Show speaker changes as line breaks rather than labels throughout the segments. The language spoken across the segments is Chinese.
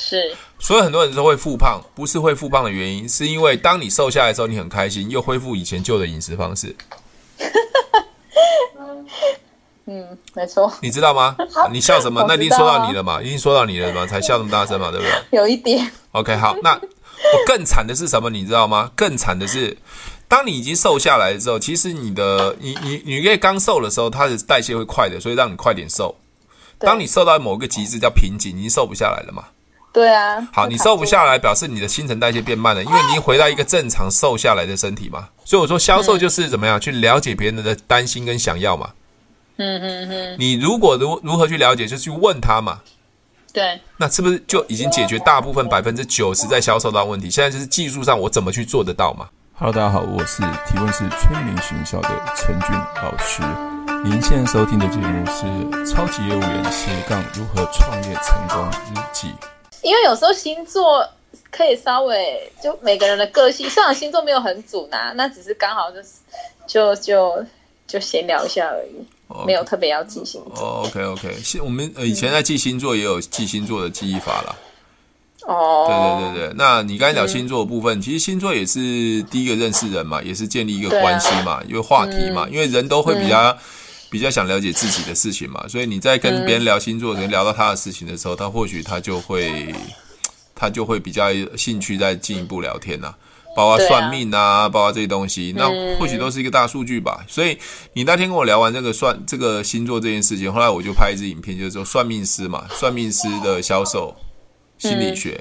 是
所以很多人都会复胖，不是会复胖的原因，是因为当你瘦下来的时候，你很开心，又恢复以前旧的饮食方式，
没错，
你知道吗？你笑什么？
我知道啊
那一定说到你了嘛，一定说到你了嘛，才笑那么大声嘛，对不对？
有一点
OK，好，那我更惨的是什么？你知道吗？更惨的是，当你已经瘦下来之后，其实你的你你你因为刚瘦的时候，它的代谢会快的，所以让你快点瘦。
对
当你瘦到某个极致叫瓶颈，你已经瘦不下来了嘛？
对啊。
好，
就
你
卡
瘦不
住
下来，表示你的新陈代谢变慢了，因为你已经回到一个正常瘦下来的身体嘛。所以我说，销售就是怎么样去了解别人的担心跟想要嘛。
嗯嗯嗯，
你如果如如何去了解，就去问他嘛。
对，
那是不是就已经解决大部分百分之九十在销售到问题？现在就是技术上我怎么去做得到嘛？Hello，大家好，我是提问是催眠学校的陈俊老师。您现在收听的节目是《超级业务员斜杠如何创业成功日记》。
因为有时候星座可以稍微就每个人的个性，虽然星座没有很阻挠，那只是刚好就是就就就闲聊一下而已，没有特别要记星座。
哦，OK OK，现我们呃以前在记星座也有记星座的记忆法啦。
哦，嗯
对对对对，那你刚才聊星座的部分，其实星座也是第一个认识人嘛，也是建立一
啊
个关系嘛，因为话题
嗯
嘛，因为人都会比较。比较想了解自己的事情嘛，所以你在跟
嗯
别人聊星座，可能聊到他的事情的时候，他或许他就会，他就会比较有兴趣再进一步聊天呐、包括
对啊嗯
算命啊，包括这些东西，那或许都是一个大数据吧。所以你那天跟我聊完这个算这个星座这件事情，后来我就拍一支影片，就是说算命师嘛，算命师的销售心理学。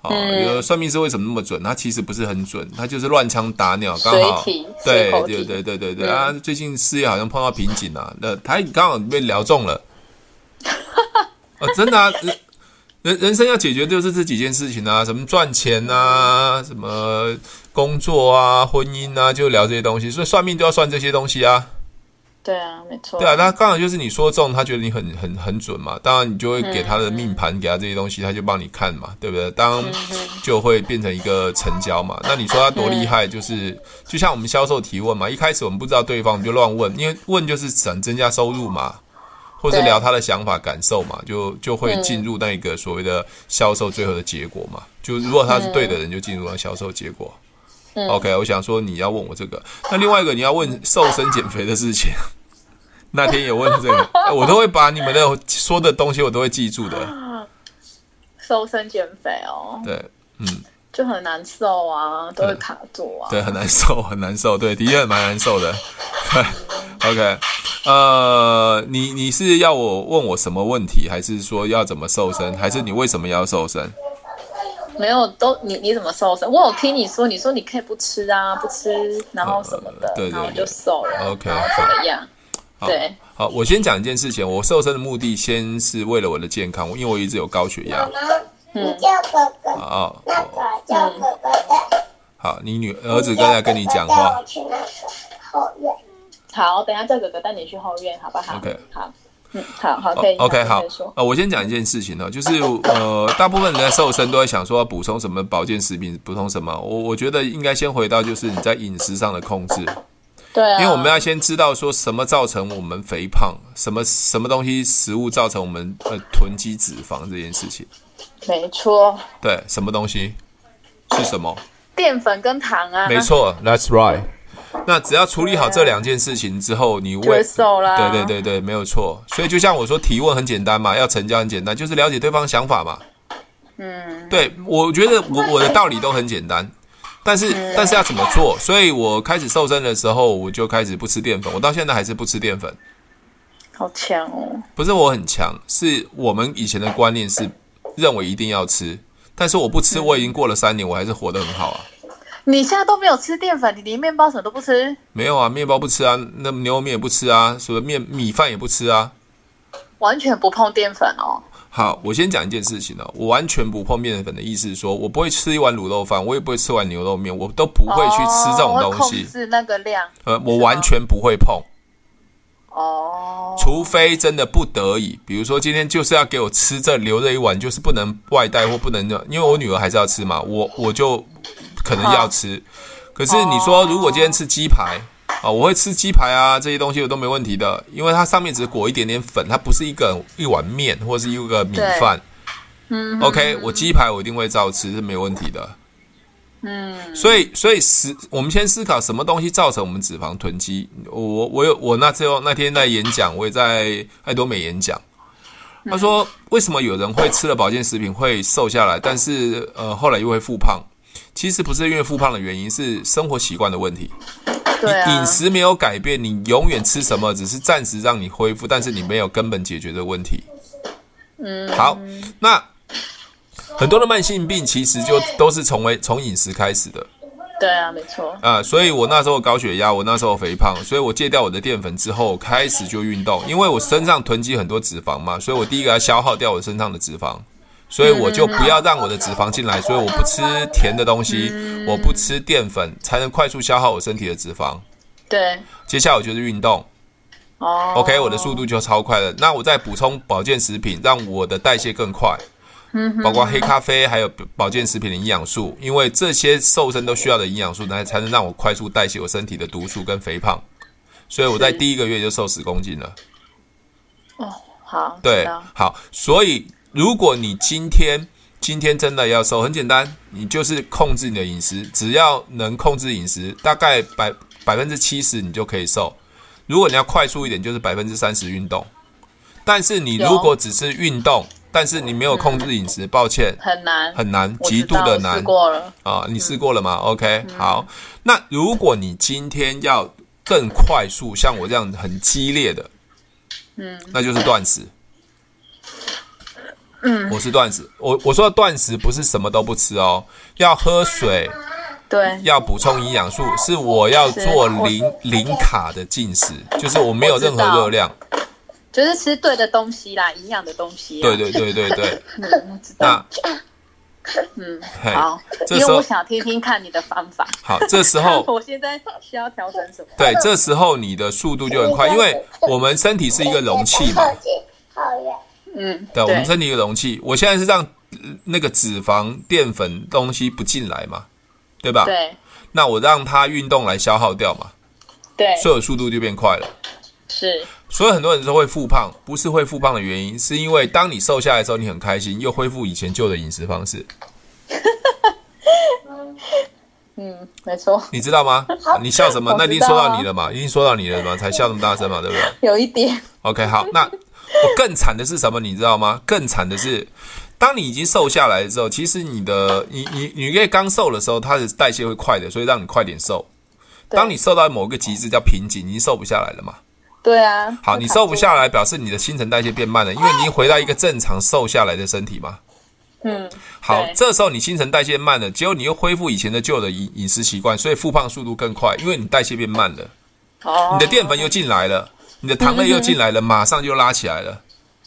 啊，有的算命师为什么那么准？他其实不是很准，他就是乱枪打鸟，刚好
随题随
对
口
对
题
对对对对啊！最近事业好像碰到瓶颈啊，那他刚好被聊中了。哦，真的啊，人人人生要解决就是这几件事情啊，什么赚钱啊，什么工作啊，婚姻啊，就聊这些东西，所以算命都要算这些东西啊。
对啊，没错。
对啊，那刚好就是你说中，他觉得你很很很准嘛，当然你就会给他的命盘，给他这些东西，他就帮你看嘛，对不对？当就会变成一个成交嘛。那你说他多厉害，就是就像我们销售提问嘛，一开始我们不知道对方，我们就乱问，因为问就是想增加收入嘛，或者
对
聊他的想法感受嘛，就就会进入那个所谓的销售最后的结果嘛。就如果他是对的人，就进入了销售结果。OK，我想说你要问我这个，那另外一个你要问瘦身减肥的事情。 那天也问这个， 我都会把你们的说的东西我都会记住的。
瘦身减肥哦，
对
就很难瘦啊，都会卡住啊。
对，很难受， 很难受，对，的确蛮难受的。 对，OK，呃，你你是要我问我什么问题，还是说要怎么瘦身，还是你为什么要瘦身？
没有都你你怎么瘦身？我有听你说，你说你可以不吃啊，不吃，然后什么的，
呃对对
然后
对
就瘦了
OK，
然后怎么样？对，
好，我先讲一件事情，我瘦身的目的先是为了我的健康，因为我一直有高血压
妈妈，你叫哥哥，
啊。
那个叫哥哥的。
好，你女儿子刚才跟你讲话
带我去那个后院。
好，等一下叫哥哥带你去后院，好不好
OK
好，嗯，好好，
哦
可以。
OK，
你
好
再说，
呃，我先讲一件事情呢，就是呃，大部分人在瘦身都在想说要补充什么保健食品，补充什么。我我觉得应该先回到就是你在饮食上的控制，
对啊，
因为我们要先知道说什么造成我们肥胖，什么什么东西食物造成我们呃囤积脂肪这件事情。
没错，
对，什么东西是什么？
淀粉跟糖啊，
没错，That's right。那只要处理好这两件事情之后，你
就
为
会瘦啊啦。
对对对对，没有错。所以就像我说，提问很简单嘛，要成交很简单，就是了解对方想法嘛。嗯，对，我觉得我我的道理都很简单，但是
嗯
但是要怎么做？所以我开始瘦身的时候，我就开始不吃淀粉，我到现在还是不吃淀粉。
好强哦，
不是我很强，是我们以前的观念是认为一定要吃，但是我不
嗯
吃，我已经过了三年，我还是活得很好啊。
你现在都没有吃淀粉，你连面包什么都不吃，
没有啊，面包不吃啊，那牛肉面也不吃啊，什么面米饭也不吃啊。
完全不碰淀粉哦。
好，我先讲一件事情哦，我完全不碰面粉的意思是说，我不会吃一碗卤肉饭，我也不会吃碗牛肉面，我都不会去吃这种
哦
东
会
西
控。制那个量
呃，我完全不会碰，
哦。
除非真的不得已，比如说今天就是要给我吃这留着一碗，就是不能外带或不能，因为我女儿还是要吃嘛，我我就可能要吃。可是你说，
哦
如果今天吃鸡排啊，我会吃鸡排啊，这些东西我都没问题的，因为它上面只裹一点点粉，它不是一个一碗面或是一个米
对
饭。
嗯
OK，我鸡排我一定会照吃是没问题的。
嗯
所以，所以思我们先思考什么东西造成我们脂肪囤积。我我有我那时候那天在演讲，我也在爱多美演讲，
嗯
他说为什么有人会吃了保健食品会瘦下来，但是呃后来又会复胖？其实不是因为复胖的原因，是生活习惯的问题。
对
你
啊
饮，食没有改变，你永远吃什么只是暂时让你恢复，但是你没有根本解决的问题。
嗯，
好，那很多的慢性病其实就都是从为从饮食开始的。
对啊，没错，
啊，所以我那时候高血压，我那时候肥胖，所以我戒掉我的淀粉之后，开始就运动，因为我身上囤积很多脂肪嘛，所以我第一个要消耗掉我身上的脂肪，所以我就不要让我的脂肪进来，所以我不吃甜的东西，我不吃淀粉，才能快速消耗我身体的脂肪。
对，
接下来我就是运动
哦
，OK，我的速度就超快了。那我再补充保健食品，让我的代谢更快，
嗯
包括黑咖啡还有保健食品的营养素，因为这些瘦身都需要的营养素，才才能让我快速代谢我身体的毒素跟肥胖。所以我在
是
第一个月就瘦十公斤了。
哦，好，知
对
道，
好，所以如果你今天今天真的要瘦，很简单，你就是控制你的饮食，只要能控制饮食，大概百百分之七十你就可以瘦。如果你要快速一点，就是百分之三十运动。但是你如
有
果只是运动，但是你没有控制饮食，抱歉，
很难，
很难，
我
极
知
度
道
的
我
难
试。过了，
啊，你
嗯
试过了吗？OK，好。那如果你今天要更快速，像我这样很激烈的，
嗯，
那就是断食。嗯，我是断食。我我说的断食不是什么都不吃哦，要喝水，
对，
要补充营养素，是我要
是
做
我
零零卡的进食，就是我没有
我知
任何
道
热量。
就是吃对的东西啦，营养的东西，
对，对对对对。
嗯，我知道
那，
嗯，
嘿，
好，
这
因为
时候
我想听听看你的方法，
好，这 时候
我现在需要调整什么？
对，这时候你的速度就很快，因为我们身体是一个容器嘛。
好远，
嗯，
对，我们身体一个容器。我现在是让呃那个脂肪、淀粉东西不进来嘛，对吧？
对
那我让它运动来消耗掉嘛，
对
所以我速度就变快了。
是，
所以很多人说会复胖，不是会复胖的原因，是因为当你瘦下来的时候，你很开心，又恢复以前旧的饮食方式，
嗯，没错，
你知道吗？ 你笑什么？那一定
我知
说
道啊
到你了嘛，一定说到你了嘛，才笑那么大声嘛，对不对？
有一点，
OK，好，那我更惨的是什么？你知道吗？更惨的是，当你已经瘦下来之后，其实你的你你你因为刚瘦的时候，它的代谢会快的，所以让你快点瘦。
对
当你瘦到某个极致叫瓶颈，你已经瘦不下来了嘛？
对啊，
好，你瘦不下来，表示你的新陈代谢变慢了，因为你已经回到一个正常瘦下来的身体嘛。
嗯，
好
对，
这时候你新陈代谢慢了，结果你又恢复以前的旧的饮饮食习惯，所以复胖速度更快，因为你代谢变慢了，
哦，
你的淀粉又进来了，你的糖类又进来了，马上就拉起来了。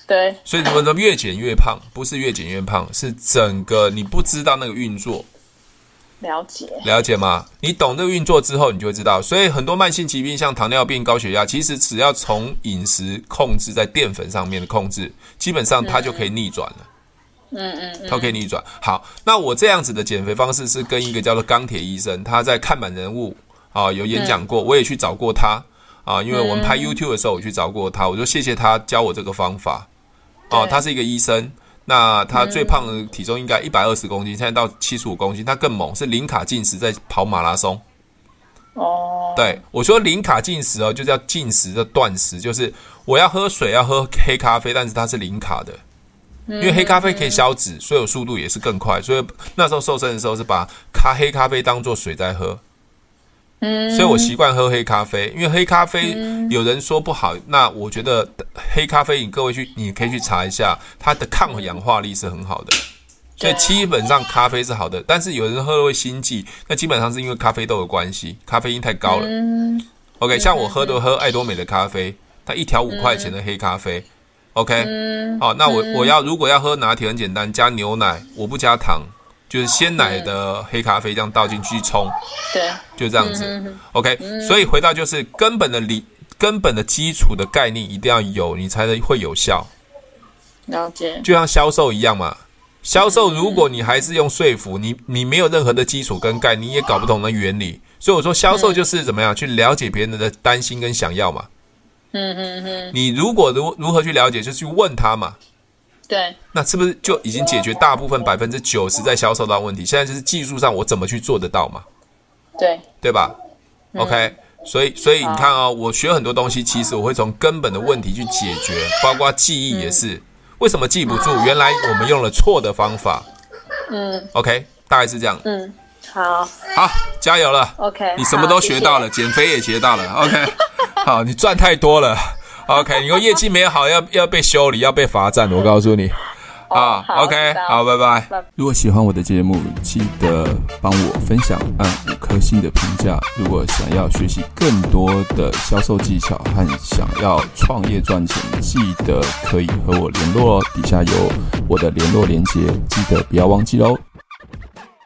对
所以你们说越减越胖，不是越减越胖，是整个你不知道那个运作，
了解，
了解吗？你懂这个运作之后，你就会知道。所以很多慢性疾病，像糖尿病、高血压，其实只要从饮食控制在淀粉上面的控制，基本上它就可以逆转了。
嗯嗯嗯，
它可以逆转。好，那我这样子的减肥方式是跟一个叫做钢铁医生，他在看板人物啊有演讲
嗯
过，我也去找过他啊，因为我们拍 YouTube 的时候我去找过他，我就谢谢他教我这个方法。哦、
对
他是一个医生，那他最胖的体重应该一百二十公斤，现在到七十五公斤，他更猛，是零卡进食在跑马拉松。
哦，
对，我说零卡进食哦，就是要进食的断食，就是我要喝水，要喝黑咖啡，但是它是零卡的，因为黑咖啡可以消脂，所以我速度也是更快。所以那时候瘦身的时候是把咖黑咖啡当做水在喝，
嗯，
所以我习惯喝黑咖啡，因为黑咖啡有人说不好，那我觉得黑咖啡，你各位去你可以去查一下，它的抗氧化力是很好的。所以
对
基本上咖啡是好的，但是有人喝了会心悸，那基本上是因为咖啡豆的关系，咖啡因太高了。
嗯
OK，像我喝的喝爱多美的咖啡，它一条五块钱的黑咖啡。OK，
嗯
好、哦那我我要如果要喝拿铁很简单，加牛奶，我不加糖，就是鲜奶
嗯
的黑咖啡这样倒进去冲，
对，
就这样
嗯
子。OK，所以回到就是根本的理，根本的基础的概念一定要有，你才能会有效。
了解，
就像销售一样嘛，销售如果你还是用说服，你你没有任何的基础跟概念，你也搞不懂那原理。所以我说销
嗯
售就是怎么样去了解别人的担心跟想要嘛。
嗯嗯嗯，
你如果如如何去了解，就去问他嘛。
对，
那是不是就已经解决大部分百分之九十在销售端问题？现在就是技术上我怎么去做得到嘛，
对，
对吧、o k 所以所以你看啊、哦，我学很多东西，其实我会从根本的问题去解决，包括记忆也是。为什么记不住？原来我们用了错的方法。
嗯
OK，大概是这样。
嗯，好
好，加油了。
，OK，
你什么都
好
学到了，，减肥也学到 了。OK，好，你赚太多了。OK，你说业绩没好，要要被修理，要被罚站。我告诉你
哦
啊
好
，OK，
知道
好，拜拜
拜拜。
如果喜欢我的节目，记得帮我分享，按五颗星的评价。如果想要学习更多的销售技巧和想要创业赚钱，记得可以和我联络哦。底下有我的联络连接，记得不要忘记喽。